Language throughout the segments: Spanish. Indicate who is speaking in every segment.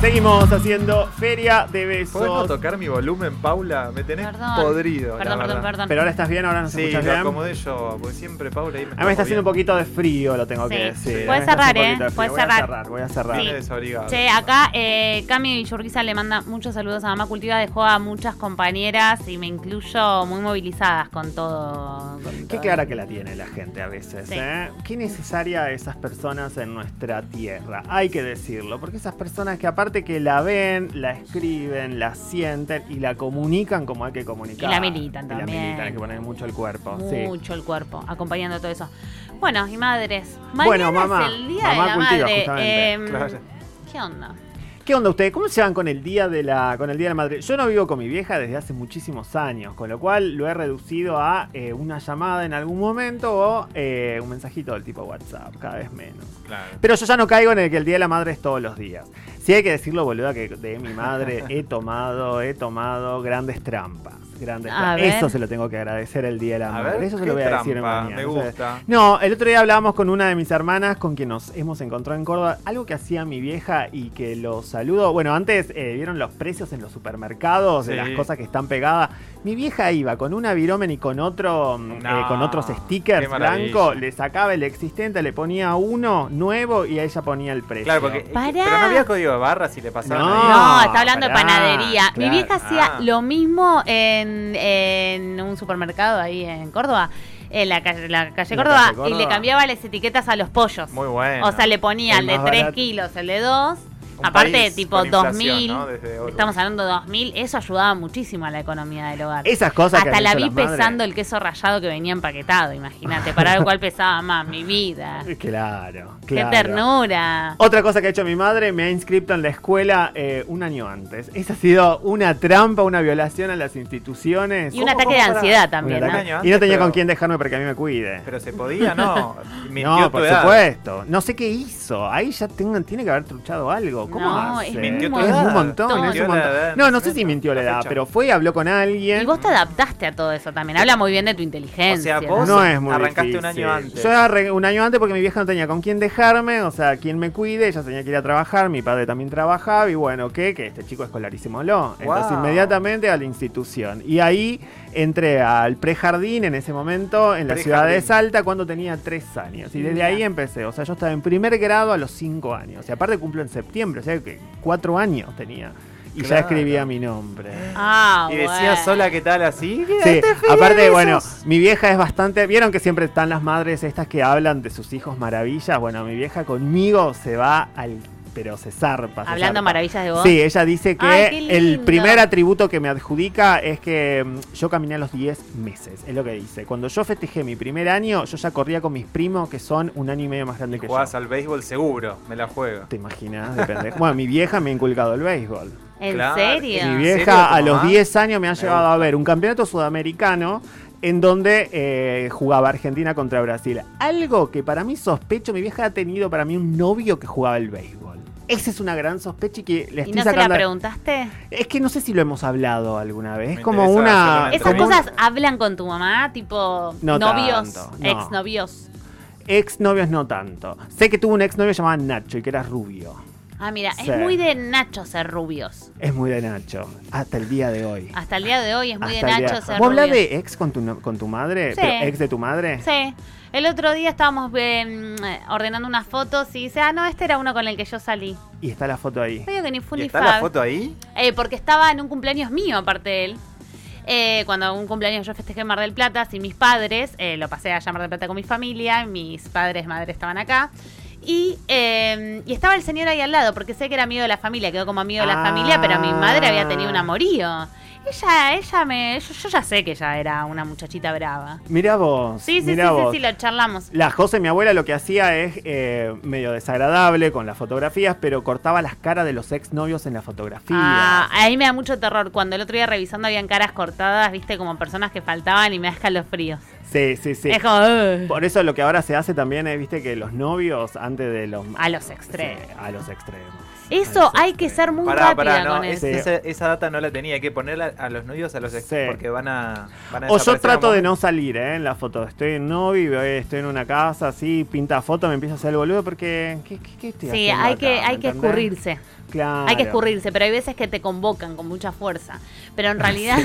Speaker 1: Seguimos haciendo Feria de
Speaker 2: ¿Puedes no
Speaker 1: Besos.
Speaker 2: tocar mi volumen, Paula? Me tenés
Speaker 3: Perdón.
Speaker 2: podrido. la
Speaker 3: Perdón, perdón,
Speaker 2: verdad.
Speaker 3: perdón.
Speaker 1: Pero ahora estás bien, ahora nos
Speaker 2: Sí,
Speaker 1: escuchas
Speaker 2: lo
Speaker 1: bien.
Speaker 2: acomodé yo, porque siempre Paula ahí me
Speaker 1: A mí me está haciendo un
Speaker 2: moviendo.
Speaker 1: poquito de frío, lo tengo
Speaker 3: Sí.
Speaker 1: que decir.
Speaker 3: Puedes
Speaker 1: A mí me está haciendo
Speaker 3: cerrar,
Speaker 1: un poquito
Speaker 3: ¿eh?
Speaker 1: de frío.
Speaker 3: Puedes
Speaker 1: voy a
Speaker 3: cerrar.
Speaker 1: cerrar. Voy a cerrar.
Speaker 2: Viene
Speaker 3: Sí.
Speaker 2: desabrigado.
Speaker 3: Che, acá eh, Cami Villurquiza le manda muchos saludos a Mamá Cultiva. Dejó a muchas compañeras y me incluyo muy movilizadas con todo. con
Speaker 1: Qué
Speaker 3: todo.
Speaker 1: clara que la tiene la gente a veces,
Speaker 3: Sí.
Speaker 1: ¿eh? Qué necesaria esas personas en nuestra tierra, hay que decirlo, porque esas personas que aparte que la ven, la escriben, la sienten y la comunican como hay que comunicar.
Speaker 3: Y la militan
Speaker 1: Y
Speaker 3: también.
Speaker 1: la militan, hay que poner mucho el cuerpo, sí.
Speaker 3: Mucho el cuerpo, acompañando todo eso. Bueno, y madres.
Speaker 1: Bueno,
Speaker 3: Mañana
Speaker 1: mamá,
Speaker 3: Es el día
Speaker 1: mamá
Speaker 3: de la
Speaker 1: cultiva,
Speaker 3: madre.
Speaker 1: justamente.
Speaker 3: Em,
Speaker 2: Claro.
Speaker 3: ¿Qué onda?
Speaker 1: ¿Qué onda ustedes? ¿Cómo se van con el día de la con el día de la madre? Yo no vivo con mi vieja desde hace muchísimos años, con lo cual lo he reducido a eh, una llamada en algún momento o eh, un mensajito del tipo WhatsApp, cada vez menos.
Speaker 2: Claro.
Speaker 1: Pero yo ya no caigo en el que el Día de la Madre es todos los días. Sí hay que decirlo, boluda, que de mi madre he tomado, he tomado grandes trampas. Grandes
Speaker 3: A
Speaker 1: trampas.
Speaker 3: ver.
Speaker 1: Eso se lo tengo que agradecer el Día de la
Speaker 2: A
Speaker 1: Madre.
Speaker 2: ver,
Speaker 1: Eso se
Speaker 2: ¿qué
Speaker 1: lo voy a decir
Speaker 2: trampa?
Speaker 1: mañana.
Speaker 2: Me
Speaker 1: O sea,
Speaker 2: gusta.
Speaker 1: No, el otro día hablábamos con una de mis hermanas con quien nos hemos encontrado en Córdoba. Algo que hacía mi vieja y que lo saludo. Bueno, antes eh, vieron los precios en los supermercados de
Speaker 2: Sí.
Speaker 1: las cosas que están pegadas. Mi vieja iba con un aviromen y con otro, mm,
Speaker 2: No,
Speaker 1: eh, con otros stickers
Speaker 2: qué maravilla.
Speaker 1: blancos. Le sacaba el existente, le ponía uno nuevo y a ella ponía el precio.
Speaker 2: Claro, porque. eh,
Speaker 3: Pará.
Speaker 2: Pero no había código de barra si le pasaban
Speaker 1: No.
Speaker 2: ahí.
Speaker 3: No, está hablando
Speaker 1: Ah, pará,
Speaker 3: de panadería. Mi
Speaker 1: claro.
Speaker 3: vieja hacía
Speaker 2: Ah.
Speaker 3: lo mismo en, en un supermercado ahí en Córdoba, en la calle, la calle
Speaker 1: En la
Speaker 3: Córdoba,
Speaker 1: calle Córdoba.
Speaker 3: y le cambiaba las etiquetas a los pollos.
Speaker 2: Muy bueno.
Speaker 3: O sea, le ponía
Speaker 1: El
Speaker 3: el de
Speaker 1: más
Speaker 3: 3
Speaker 1: barato.
Speaker 3: kilos, el de 2.
Speaker 2: Un
Speaker 3: Aparte,
Speaker 2: país
Speaker 3: tipo
Speaker 2: con inflación,
Speaker 3: 2000.
Speaker 2: ¿no? Desde-
Speaker 3: Estamos hablando de 2000. Eso ayudaba muchísimo a la economía del hogar.
Speaker 1: Esas cosas que
Speaker 3: Hasta
Speaker 1: han
Speaker 3: la
Speaker 1: hecho
Speaker 3: vi
Speaker 1: las madres.
Speaker 3: pesando el queso rallado que venía empaquetado, imagínate. Para ver cuál pesaba más, mi vida.
Speaker 1: Claro, claro.
Speaker 3: Qué ternura.
Speaker 1: Otra cosa que ha hecho mi madre, me ha inscrito en la escuela eh, un año antes. Esa ha sido una trampa, una violación a las instituciones.
Speaker 3: Y un
Speaker 2: ¿Cómo,
Speaker 3: ataque de
Speaker 2: cómo, pará?
Speaker 3: ansiedad
Speaker 1: Un
Speaker 3: también.
Speaker 1: ataque.
Speaker 3: ¿no?
Speaker 2: Un año
Speaker 1: Y no
Speaker 2: antes,
Speaker 1: tenía
Speaker 2: pero-
Speaker 1: con quién dejarme para que a mí me cuide.
Speaker 2: Pero se podía, ¿no? Mintió
Speaker 1: no,
Speaker 2: tu
Speaker 1: por
Speaker 2: edad.
Speaker 1: supuesto. No sé qué hizo. Ahí ya tengo- tiene que haber truchado algo. ¿Cómo
Speaker 3: No,
Speaker 1: hace?
Speaker 3: es
Speaker 2: Mintió tu
Speaker 3: un
Speaker 2: edad.
Speaker 1: Es un montón, es
Speaker 3: Mintió
Speaker 1: un
Speaker 2: la
Speaker 1: montón.
Speaker 2: edad,
Speaker 1: No, no sé si
Speaker 2: sé,
Speaker 1: mintió la
Speaker 2: la
Speaker 1: edad,
Speaker 2: fecha.
Speaker 1: pero fue y habló con alguien.
Speaker 3: Y vos te adaptaste a todo eso también. Habla muy bien de tu inteligencia.
Speaker 2: O sea, vos-
Speaker 1: No es muy
Speaker 2: Arrancaste
Speaker 1: difícil.
Speaker 2: un año antes.
Speaker 1: Yo arranqué un año antes porque mi vieja no tenía con quién dejarme, o sea, quién me cuide, ella tenía que ir a trabajar, mi padre también trabajaba y bueno, ¿qué? Que este chico escolarizémoslo. Entonces
Speaker 2: Wow.
Speaker 1: inmediatamente a la institución. Y ahí entré al prejardín en ese momento en la ciudad de
Speaker 2: Prejardín.
Speaker 1: Salta cuando tenía tres años. Y desde
Speaker 3: Mira.
Speaker 1: ahí empecé, o sea, yo estaba en primer grado a los cinco años. Y aparte cumplo en septiembre, o sea, que cuatro años tenía. Y ya
Speaker 2: Claro.
Speaker 1: escribía mi nombre.
Speaker 3: Ah,
Speaker 2: Y
Speaker 3: bueno.
Speaker 2: decías sola qué tal así. Mira,
Speaker 1: Sí,
Speaker 2: este feliz.
Speaker 1: aparte, bueno, mi vieja es bastante. Vieron que siempre están las madres estas que hablan de sus hijos maravillas. Bueno, mi vieja conmigo se va al. Pero se zarpa. se
Speaker 3: Hablando
Speaker 1: zarpa.
Speaker 3: maravillas de vos.
Speaker 1: Sí, ella dice que
Speaker 3: Ay, qué
Speaker 1: el
Speaker 3: lindo.
Speaker 1: primer atributo que me adjudica es que mm, yo caminé a los 10 meses. Es lo que dice. Cuando yo festejé mi primer año, yo ya corría con mis primos que son un año y medio más grandes que yo.
Speaker 2: Jugás al béisbol seguro, me la juego.
Speaker 1: ¿Te imaginas? de pendejo? bueno, mi vieja me ha inculcado el béisbol.
Speaker 3: ¿En
Speaker 2: Claro.
Speaker 3: serio?
Speaker 1: Mi
Speaker 2: ¿En serio, tu
Speaker 1: vieja a los
Speaker 2: mamá?
Speaker 1: 10 años me ha
Speaker 2: Me
Speaker 1: llevado
Speaker 2: gusta.
Speaker 1: a ver un campeonato sudamericano en donde eh, jugaba Argentina contra Brasil. Algo que para mí sospecho, mi vieja ha tenido para mí un novio que jugaba el béisbol. Esa es una gran sospecha y que le
Speaker 3: ¿Y
Speaker 1: estoy
Speaker 3: no se la
Speaker 1: sacando.
Speaker 3: preguntaste?
Speaker 1: es que no sé si lo hemos hablado alguna vez. Es
Speaker 2: Me
Speaker 1: como
Speaker 2: interesa
Speaker 1: una.
Speaker 2: hacer
Speaker 3: ¿Esas
Speaker 2: Entonces-
Speaker 3: cosas hablan con tu mamá? Tipo,
Speaker 1: No
Speaker 3: novios,
Speaker 1: tanto, no.
Speaker 3: exnovios.
Speaker 1: Ex novios no tanto. Sé que tuvo un ex novio llamado Nacho y que era rubio.
Speaker 3: Ah, mira,
Speaker 1: Sí.
Speaker 3: es muy de Nacho ser rubios.
Speaker 1: Es muy de Nacho. Hasta el día de hoy.
Speaker 3: Hasta el día de hoy Ah, es muy
Speaker 1: Hasta
Speaker 3: de
Speaker 1: el día-
Speaker 3: Nacho ser
Speaker 1: ¿Vos hablás
Speaker 3: rubios.
Speaker 1: de ex con tu, no- con tu madre?
Speaker 3: Sí.
Speaker 1: Pero ¿Ex de tu madre?
Speaker 3: Sí. El otro día estábamos eh, ordenando unas fotos y dice, ah, no, este era uno con el que yo salí.
Speaker 1: Y está la foto ahí.
Speaker 3: Medio que ni fue
Speaker 2: ¿Y
Speaker 3: ni
Speaker 2: está
Speaker 3: fab.
Speaker 2: la foto ahí?
Speaker 3: Eh, porque estaba en un cumpleaños mío, aparte de él. Eh, cuando un cumpleaños yo festejé en Mar del Plata sin mis padres, eh, lo pasé allá a Mar del Plata con mi familia, mis padres, madre estaban acá. Y, eh, y estaba el señor ahí al lado, porque sé que era amigo de la familia, quedó como amigo de la
Speaker 1: Ah.
Speaker 3: familia, pero mi madre había tenido un amorío. Ella, ella me. Yo, yo ya sé que ella era una muchachita brava.
Speaker 1: Mirá vos.
Speaker 3: Sí, sí,
Speaker 1: mirá
Speaker 3: sí, sí,
Speaker 1: vos.
Speaker 3: sí, lo charlamos.
Speaker 1: La José, mi abuela, lo que hacía es eh, medio desagradable con las fotografías, pero cortaba las caras de los exnovios en la fotografía.
Speaker 3: Ah, a mí me da mucho terror. Cuando el otro día revisando habían caras cortadas, viste, como personas que faltaban y me da escalofríos.
Speaker 1: Sí, sí, sí.
Speaker 3: Es como, "Ugh".
Speaker 1: Por eso lo que ahora se hace también es, viste, que los novios antes de los...
Speaker 3: a los extremos.
Speaker 1: Sí, a los extremos.
Speaker 3: Eso
Speaker 1: A los
Speaker 3: hay que
Speaker 1: extremos.
Speaker 3: ser muy
Speaker 2: Pará,
Speaker 3: rápida
Speaker 2: pará, no.
Speaker 3: con
Speaker 2: es-
Speaker 3: eso.
Speaker 1: ese-
Speaker 2: esa, esa data no la tenía. Hay que ponerla a los novios a los ex
Speaker 1: Sí.
Speaker 2: porque van a. van a
Speaker 1: O yo
Speaker 2: desaparecer
Speaker 1: trato
Speaker 2: un
Speaker 1: de
Speaker 2: momento.
Speaker 1: no salir, ¿eh? En la foto. Estoy en novio, veo, eh, estoy en una casa así, pinta foto, me empiezo a hacer el boludo porque... ¿Qué, qué, qué estoy
Speaker 3: Sí,
Speaker 1: haciendo
Speaker 3: hay
Speaker 1: acá?
Speaker 3: que,
Speaker 1: ¿Me
Speaker 3: hay que
Speaker 1: entendés?
Speaker 3: escurrirse.
Speaker 1: Claro.
Speaker 3: Hay que escurrirse, pero hay veces que te convocan con mucha fuerza. Pero en realidad,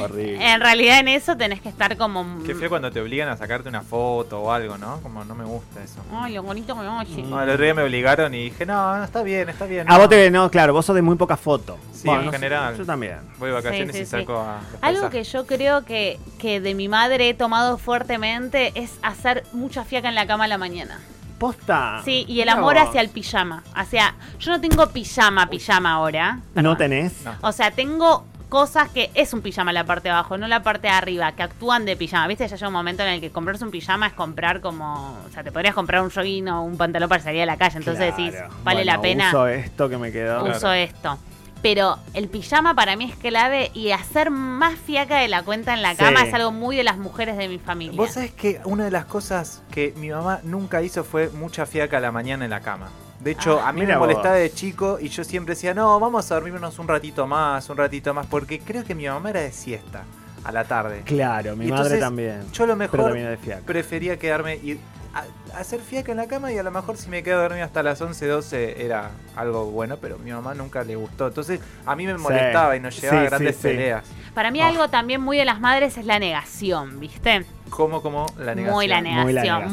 Speaker 1: Horrible.
Speaker 3: en realidad en eso tenés que estar como.
Speaker 2: Qué feo cuando te obligan a sacarte una foto o algo, ¿no? Como no me gusta eso.
Speaker 3: Ay, lo bonito que no, chico.
Speaker 2: No, el otro día me obligaron y dije, no, no, está bien, está bien.
Speaker 1: A
Speaker 2: no.
Speaker 1: Ah, vos te no, claro, vos sos de muy poca foto.
Speaker 2: Sí, en
Speaker 1: no sé,
Speaker 2: general.
Speaker 1: Yo también.
Speaker 2: Voy de vacaciones
Speaker 3: Sí, sí,
Speaker 2: y saco a. los
Speaker 3: Algo que
Speaker 2: paisajes.
Speaker 3: yo creo que, que de mi madre he tomado fuertemente es hacer mucha fiaca en la cama a la mañana.
Speaker 1: Posta.
Speaker 3: Sí, y el
Speaker 1: Ah. Mirá
Speaker 3: amor
Speaker 1: vos.
Speaker 3: hacia el pijama. O sea, yo no tengo pijama, pijama ahora.
Speaker 1: ¿No
Speaker 3: Perdón.
Speaker 1: tenés?
Speaker 2: No.
Speaker 3: O sea, tengo cosas que es un pijama la parte de abajo, no la parte de arriba, que actúan de pijama. Viste, ya llega un momento en el que comprarse un pijama es comprar como. O sea, te podrías comprar un jogging o un pantalón para salir a la calle. Entonces
Speaker 1: Claro.
Speaker 3: decís, vale
Speaker 1: Bueno,
Speaker 3: la pena
Speaker 1: Uso esto que me quedó.
Speaker 3: uso esto. Pero el pijama para mí es clave y hacer más fiaca de la cuenta en la
Speaker 1: Sí.
Speaker 3: cama es algo muy de las mujeres de mi familia.
Speaker 2: Vos sabés que una de las cosas que mi mamá nunca hizo fue mucha fiaca a la mañana en la cama. De hecho,
Speaker 3: Ah.
Speaker 2: a mí me
Speaker 1: Mira vos.
Speaker 2: molestaba de chico y yo siempre decía, no, vamos a dormirnos un ratito más, un ratito más, porque creo que mi mamá era de siesta a la tarde.
Speaker 1: Claro, mi
Speaker 2: Y
Speaker 1: madre
Speaker 2: entonces,
Speaker 1: también.
Speaker 2: Yo
Speaker 1: Pero
Speaker 2: lo mejor
Speaker 1: también de fiaca.
Speaker 2: prefería quedarme y a- hacer fiaca en la cama y a lo mejor si me quedaba dormido hasta las 11, 12 era algo bueno, pero a mi mamá nunca le gustó. Entonces a mí me
Speaker 1: Sí.
Speaker 2: molestaba y nos llevaba a
Speaker 1: Sí,
Speaker 2: grandes
Speaker 1: sí, sí.
Speaker 2: peleas.
Speaker 3: Para mí
Speaker 2: Ah.
Speaker 3: algo también muy de las madres es la negación, ¿viste?
Speaker 2: Como, como la negación.
Speaker 3: Muy la negación,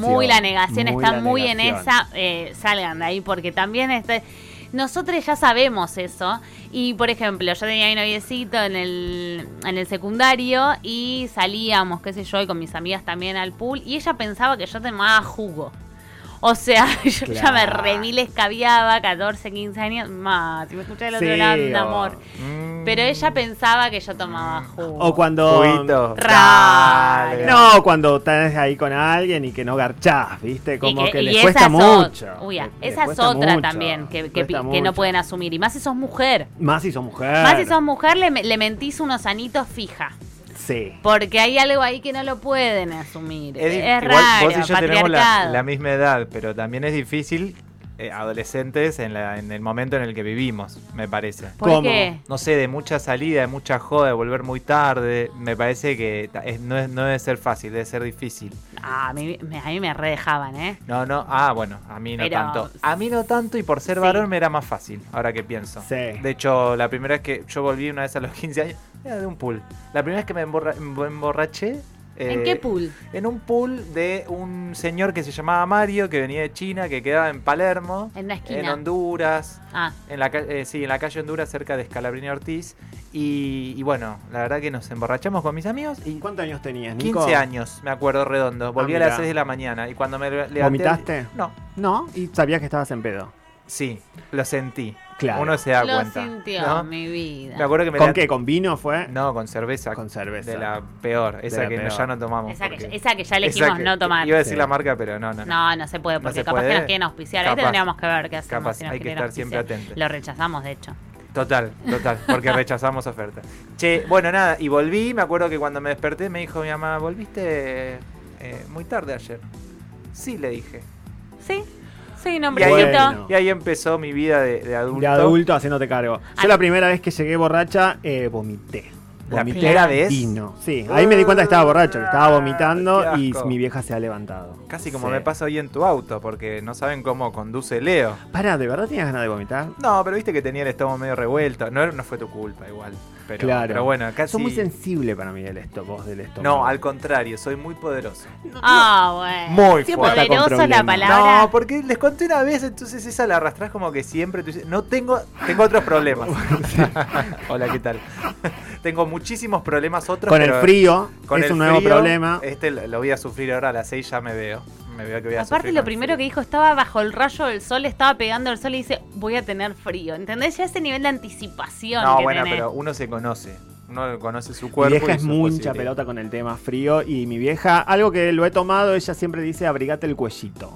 Speaker 3: muy la negación,
Speaker 1: muy
Speaker 3: están
Speaker 1: la
Speaker 3: muy en
Speaker 1: negación.
Speaker 3: esa, eh, salgan de ahí porque también este, nosotros ya sabemos eso y por ejemplo, yo tenía mi noviecito en el, en el secundario y salíamos, qué sé yo, y con mis amigas también al pool y ella pensaba que yo tomaba jugo. O sea, yo ya me
Speaker 1: Claro.
Speaker 3: remil escabiaba, 14, 15 años, más, si me escuchás del otro
Speaker 1: Sí,
Speaker 3: lado, anda,
Speaker 1: o-
Speaker 3: amor.
Speaker 2: Mm.
Speaker 3: Pero ella pensaba que yo tomaba jugo.
Speaker 1: O cuando.
Speaker 2: Juguito.
Speaker 3: Raro.
Speaker 2: Dale.
Speaker 1: No, cuando estás ahí con alguien y que no garchás, ¿viste? Como que,
Speaker 3: y
Speaker 1: le
Speaker 3: esa
Speaker 1: cuesta
Speaker 3: es ot-
Speaker 1: mucho.
Speaker 3: Uy, ya,
Speaker 1: Le- le
Speaker 3: esa es
Speaker 1: cuesta
Speaker 3: otra
Speaker 1: mucho,
Speaker 3: también que,
Speaker 1: le
Speaker 3: que pi-
Speaker 1: cuesta
Speaker 3: que no
Speaker 1: mucho.
Speaker 3: pueden asumir. Y más si sos mujer.
Speaker 1: Más si sos mujer.
Speaker 3: Más si sos mujer, le, me- le mentís unos anitos fija.
Speaker 1: Sí.
Speaker 3: Porque hay algo ahí que no lo pueden asumir. Es,
Speaker 2: Es di- igual
Speaker 3: raro,
Speaker 2: vos y yo tenemos la,
Speaker 3: patriarcado.
Speaker 2: la misma edad, pero también es difícil eh, adolescentes en, la- en el momento en el que vivimos, me parece.
Speaker 3: ¿Por
Speaker 1: ¿Cómo?
Speaker 3: qué?
Speaker 2: No sé, de mucha salida, de mucha joda, de volver muy tarde, me parece que ta- es- no, es- no debe ser fácil, debe ser difícil.
Speaker 3: Ah, a, mí, me, a mí me redejaban, ¿eh?
Speaker 2: No, no, ah, bueno, a mí no
Speaker 3: Pero-
Speaker 2: tanto. A mí no tanto y por ser
Speaker 3: Sí.
Speaker 2: varón me era más fácil, ahora que pienso.
Speaker 1: Sí.
Speaker 2: De hecho, la primera vez que yo volví una vez a los 15 años, era de un pool. La primera vez que me emborra- embo- emborraché...
Speaker 3: ¿En
Speaker 2: eh,
Speaker 3: qué pool?
Speaker 2: en un pool de un señor que se llamaba Mario, que venía de China, que quedaba en Palermo,
Speaker 3: En una
Speaker 2: en
Speaker 3: esquina.
Speaker 2: Honduras,
Speaker 3: ah,
Speaker 2: en la, ca- eh, sí, en la calle Honduras, cerca de Scalabrini Ortiz. Y, y bueno, la verdad que nos emborrachamos con mis amigos y
Speaker 1: ¿Cuántos años tenías, Nico? Ah,
Speaker 2: 15 años, me acuerdo redondo. Volví a
Speaker 1: mirá.
Speaker 2: las 6 de la mañana y cuando me levanté...
Speaker 1: ¿Vomitaste?
Speaker 2: No,
Speaker 1: No, y sabías que estabas en pedo.
Speaker 2: sí, lo sentí.
Speaker 1: Claro.
Speaker 2: Uno se da
Speaker 3: lo
Speaker 2: cuenta.
Speaker 3: sintió
Speaker 2: ¿no?
Speaker 3: mi vida.
Speaker 2: Me acuerdo que me
Speaker 1: ¿Con
Speaker 2: levanté-
Speaker 1: qué? ¿Con vino fue?
Speaker 2: No, con cerveza.
Speaker 1: Con cerveza.
Speaker 2: De la peor, esa
Speaker 1: la
Speaker 2: que no-
Speaker 1: peor.
Speaker 2: ya no tomamos.
Speaker 3: esa, que,
Speaker 2: porque-
Speaker 3: esa que
Speaker 2: esa
Speaker 3: ya elegimos
Speaker 2: que-
Speaker 3: no tomar.
Speaker 2: Iba a decir
Speaker 1: Sí.
Speaker 2: la marca, pero no, no. no.
Speaker 3: No, no se puede,
Speaker 2: No
Speaker 3: porque
Speaker 2: se
Speaker 3: capaz que
Speaker 2: puede.
Speaker 3: nos quieren auspiciar. Ahí
Speaker 2: Capaz.
Speaker 3: tendríamos que ver qué hacemos.
Speaker 2: Capaz,
Speaker 3: si nos
Speaker 2: hay que
Speaker 3: quieren
Speaker 2: estar siempre
Speaker 3: auspiciar.
Speaker 2: atentos.
Speaker 3: Lo rechazamos, de hecho.
Speaker 2: Total, total, porque rechazamos ofertas. Che, bueno, nada, y volví, me acuerdo que cuando me desperté me dijo mi mamá, volviste eh, muy tarde ayer. Sí, le dije.
Speaker 3: Sí,
Speaker 2: Y
Speaker 3: sí,
Speaker 2: ahí,
Speaker 3: nombrecito.
Speaker 1: Bueno.
Speaker 2: y ahí empezó mi vida de, de adulto.
Speaker 1: De adulto haciéndote cargo.
Speaker 3: Ah.
Speaker 1: Yo la primera vez que llegué borracha, eh, vomité.
Speaker 2: ¿La
Speaker 1: Vomité
Speaker 2: primera vez? Ah,
Speaker 1: vino. Sí, ahí me di cuenta que estaba borracho, que estaba vomitando
Speaker 2: Qué
Speaker 1: y
Speaker 2: asco.
Speaker 1: mi vieja se ha levantado.
Speaker 2: Casi como
Speaker 1: Sí.
Speaker 2: me pasa hoy en tu auto, porque no saben cómo conduce Leo.
Speaker 1: Pará, ¿de verdad tenías ganas de vomitar?
Speaker 2: No, pero viste que tenía el estómago medio revuelto. No, era- no fue tu culpa igual. Pero,
Speaker 1: claro.
Speaker 2: pero bueno, casi...
Speaker 1: Sos muy sensible para mí el esto, vos del estómago.
Speaker 2: no, al contrario, soy muy poderoso.
Speaker 3: Ah, bueno.
Speaker 2: Muy
Speaker 1: Siempre
Speaker 2: fuerte.
Speaker 1: está con
Speaker 3: Poderoso la
Speaker 1: problemas.
Speaker 3: palabra.
Speaker 2: No, porque les conté una vez, entonces esa la arrastrás como que siempre. tú dices, no tengo, tengo otros problemas. Hola, ¿qué tal? tengo muchísimos problemas otros.
Speaker 1: Con el
Speaker 2: pero
Speaker 1: frío,
Speaker 2: con
Speaker 1: es
Speaker 2: el
Speaker 1: un nuevo
Speaker 2: frío,
Speaker 1: problema.
Speaker 2: Este lo voy a sufrir ahora a las 6 ya me veo. Me veo que voy a
Speaker 3: Aparte,
Speaker 2: sufrir con
Speaker 3: lo
Speaker 2: el
Speaker 3: primero que
Speaker 2: frío.
Speaker 3: dijo estaba bajo el rayo del sol, estaba pegando el sol y dice, voy a tener frío. ¿Entendés? Ya ese nivel de anticipación.
Speaker 2: No,
Speaker 3: que
Speaker 2: bueno,
Speaker 3: tenés.
Speaker 2: pero uno se conoce. uno conoce su
Speaker 1: Mi
Speaker 2: cuerpo.
Speaker 1: vieja
Speaker 2: y
Speaker 1: es
Speaker 2: sus
Speaker 1: mucha
Speaker 2: posibilidades.
Speaker 1: pelota con el tema frío y mi vieja, algo que lo he tomado, ella siempre dice abrigate el cuellito.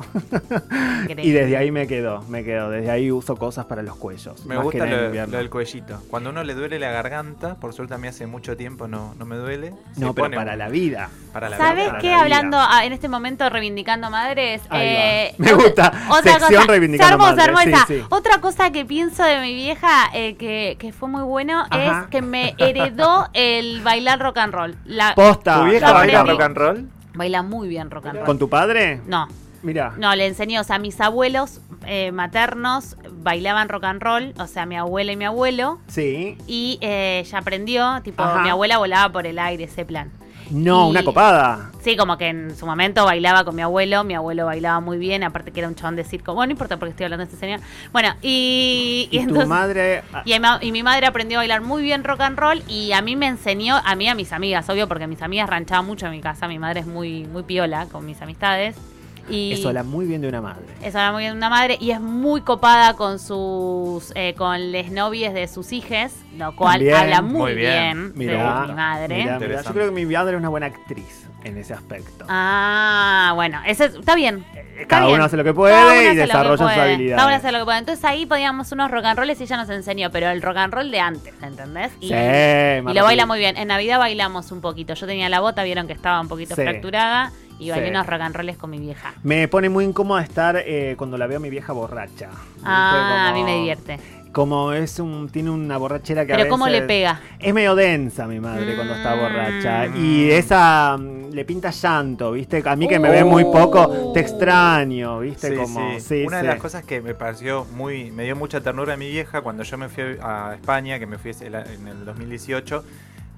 Speaker 3: Increíble.
Speaker 1: Y desde ahí me quedó, me quedó. Desde ahí uso cosas para los cuellos.
Speaker 2: Me
Speaker 1: más que
Speaker 2: gusta
Speaker 1: nada en
Speaker 2: lo,
Speaker 1: invierno.
Speaker 2: lo del cuellito. Cuando uno le duele la garganta, por suerte a mí hace mucho tiempo no, no me duele. se
Speaker 1: No, pero
Speaker 2: pone
Speaker 1: para
Speaker 2: un-
Speaker 1: la vida.
Speaker 2: para la
Speaker 3: ¿Sabes
Speaker 2: verdad.
Speaker 1: que
Speaker 3: qué?
Speaker 1: la vida.
Speaker 3: Hablando ah, en este momento reivindicando madres.
Speaker 1: Ahí va.
Speaker 3: eh,
Speaker 1: Me
Speaker 3: otra-
Speaker 1: gusta. Sección reivindicando
Speaker 3: se armó,
Speaker 1: madres,
Speaker 3: se armó
Speaker 1: sí,
Speaker 3: esa.
Speaker 1: sí.
Speaker 3: Otra cosa que pienso de mi vieja eh, que, que fue muy bueno
Speaker 1: Ajá.
Speaker 3: es que me heredó el bailar rock and roll. La,
Speaker 1: Posta.
Speaker 2: ¿Tu vieja
Speaker 3: la
Speaker 2: baila
Speaker 3: aprendí.
Speaker 2: rock and roll?
Speaker 3: baila muy bien rock and roll.
Speaker 1: ¿Con tu padre?
Speaker 3: No,
Speaker 1: Mira.
Speaker 3: no, le enseñé, o sea, mis abuelos eh, maternos bailaban rock and roll, o sea, mi abuela y mi abuelo,
Speaker 1: Sí.
Speaker 3: y eh, ella aprendió, tipo,
Speaker 1: Ajá.
Speaker 3: mi abuela volaba por el aire, ese plan.
Speaker 1: No,
Speaker 3: Y-
Speaker 1: una copada.
Speaker 3: Sí, como que en su momento bailaba con mi abuelo, mi abuelo bailaba muy bien, aparte que era un chabón de circo. Bueno, no importa porque estoy hablando de este señor. Bueno, y,
Speaker 1: Y,
Speaker 3: y
Speaker 1: tu
Speaker 3: entonces-
Speaker 1: madre. ah,
Speaker 3: y, mi, ma- y mi madre aprendió a bailar muy bien rock and roll y a mí me enseñó, a mí y a mis amigas, obvio, porque mis amigas ranchaban mucho en mi casa, mi madre es muy, muy piola con mis amistades. Y
Speaker 1: Eso habla muy bien de una madre.
Speaker 3: eso habla muy bien de una madre y es muy copada con sus eh, con les novies de sus hijes, lo cual
Speaker 1: También.
Speaker 3: habla muy,
Speaker 2: Muy bien.
Speaker 3: bien,
Speaker 1: Mirá,
Speaker 3: de mi madre.
Speaker 1: mirá, mirá. Yo
Speaker 2: Interesante.
Speaker 1: creo que mi madre es una buena actriz en ese aspecto.
Speaker 3: Ah, bueno, ese está bien. está
Speaker 1: Eh, Cada
Speaker 3: bien.
Speaker 1: uno hace lo que
Speaker 3: Cada uno
Speaker 1: puede y
Speaker 3: hace lo que
Speaker 1: desarrolla sus
Speaker 3: puede. Cada uno hace
Speaker 1: habilidades.
Speaker 3: lo que puede. Entonces ahí poníamos unos rock and rolls y ella nos enseñó, pero el rock and roll de antes, ¿entendés? Y,
Speaker 1: Sí,
Speaker 3: y
Speaker 1: Marta,
Speaker 3: lo baila
Speaker 1: sí.
Speaker 3: muy bien. En Navidad bailamos un poquito. Yo tenía la bota, vieron que estaba un poquito
Speaker 1: Sí.
Speaker 3: fracturada y bailé
Speaker 1: Sí.
Speaker 3: unos rock and rolls con mi vieja.
Speaker 1: Me pone muy incómoda estar eh, cuando la veo a mi vieja borracha.
Speaker 3: Ah, a
Speaker 1: Viste,
Speaker 3: mí
Speaker 1: como-
Speaker 3: me divierte.
Speaker 1: Como es un, tiene una borrachera que a
Speaker 3: Pero cómo le
Speaker 1: veces-
Speaker 3: pega.
Speaker 1: Es medio densa mi madre cuando está
Speaker 3: Mm.
Speaker 1: borracha. Y esa mm, le pinta llanto, ¿viste? A mí que me ve
Speaker 3: Uh.
Speaker 1: muy poco, te extraño, ¿viste?
Speaker 2: Sí,
Speaker 1: Este, como,
Speaker 2: sí.
Speaker 1: sí,
Speaker 2: Una
Speaker 1: sí.
Speaker 2: de las cosas que me pareció muy. me dio mucha ternura a mi vieja cuando yo me fui a España, que me fui el- en el 2018,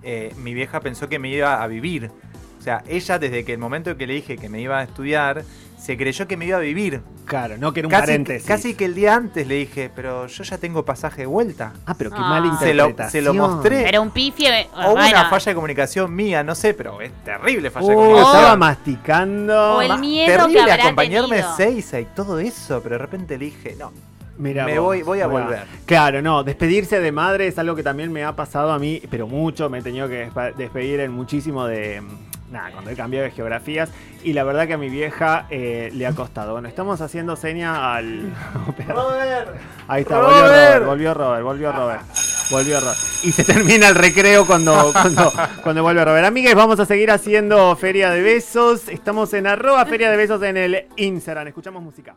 Speaker 2: eh, mi vieja pensó que me iba a vivir. O sea, ella desde que el momento que le dije que me iba a estudiar, se creyó que me iba a vivir.
Speaker 1: Claro, no, que era un
Speaker 2: Casi,
Speaker 1: paréntesis.
Speaker 2: casi que el día antes le dije, pero yo ya tengo pasaje de vuelta.
Speaker 1: Ah, pero qué
Speaker 3: Ah.
Speaker 1: mala
Speaker 2: Se lo-
Speaker 1: interpretación.
Speaker 2: se lo mostré.
Speaker 3: Era un pifie.
Speaker 2: O
Speaker 3: Ah, bueno,
Speaker 2: una falla de comunicación mía, no sé, pero es terrible falla de
Speaker 1: Uh,
Speaker 2: comunicación.
Speaker 1: estaba masticando.
Speaker 3: O el
Speaker 2: Ma-
Speaker 3: miedo que
Speaker 2: terrible
Speaker 3: habrá
Speaker 2: acompañarme
Speaker 3: tenido.
Speaker 2: a Seiza y todo eso, pero de repente le dije, no,
Speaker 1: Mirá
Speaker 2: Me
Speaker 1: vos,
Speaker 2: voy- voy a
Speaker 1: mirá.
Speaker 2: volver.
Speaker 1: Claro, no, despedirse de madre es algo que también me ha pasado a mí, pero mucho, me he tenido que despa- despedir en muchísimo de... mm, Nada, cuando he cambiado de geografías y la verdad que a mi vieja eh, le ha costado. Bueno, estamos haciendo seña al... Ahí está, volvió
Speaker 2: Robert.
Speaker 1: Robert, volvió Robert, volvió Robert. Volvió Robert. Y se termina el recreo cuando, cuando, cuando vuelve Robert. Amigues, vamos a seguir haciendo Feria de Besos. Estamos en arroba Feria de Besos en el Instagram. Escuchamos música.